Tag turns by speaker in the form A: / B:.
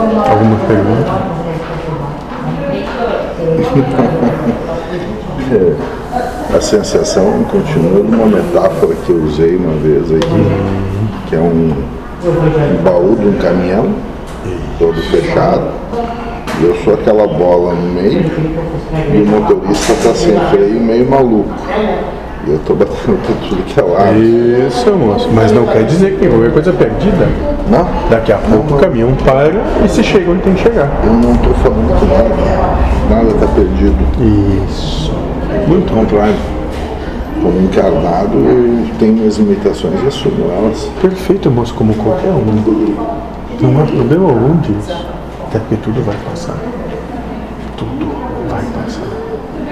A: Alguma pergunta?
B: A sensação continua numa metáfora que eu usei uma vez aqui, que é um, um baú de um caminhão, todo fechado, e eu sou aquela bola no meio, e o motorista está sem freio, meio maluco. E eu estou batendo pra tudo que é lado.
A: Isso, moço. Mas não quer dizer que tem qualquer coisa perdida.
B: Não,
A: Daqui a pouco o caminhão para e se chega onde tem que chegar.
B: eu não estou falando com nada. Nada está perdido.
A: Isso.
B: Muito contrário. Como encarnado, eu tenho minhas limitações e assumo elas.
A: Perfeito, moço, como qualquer um. Não há problema algum disso. Até porque tudo vai passar. Tudo vai passar.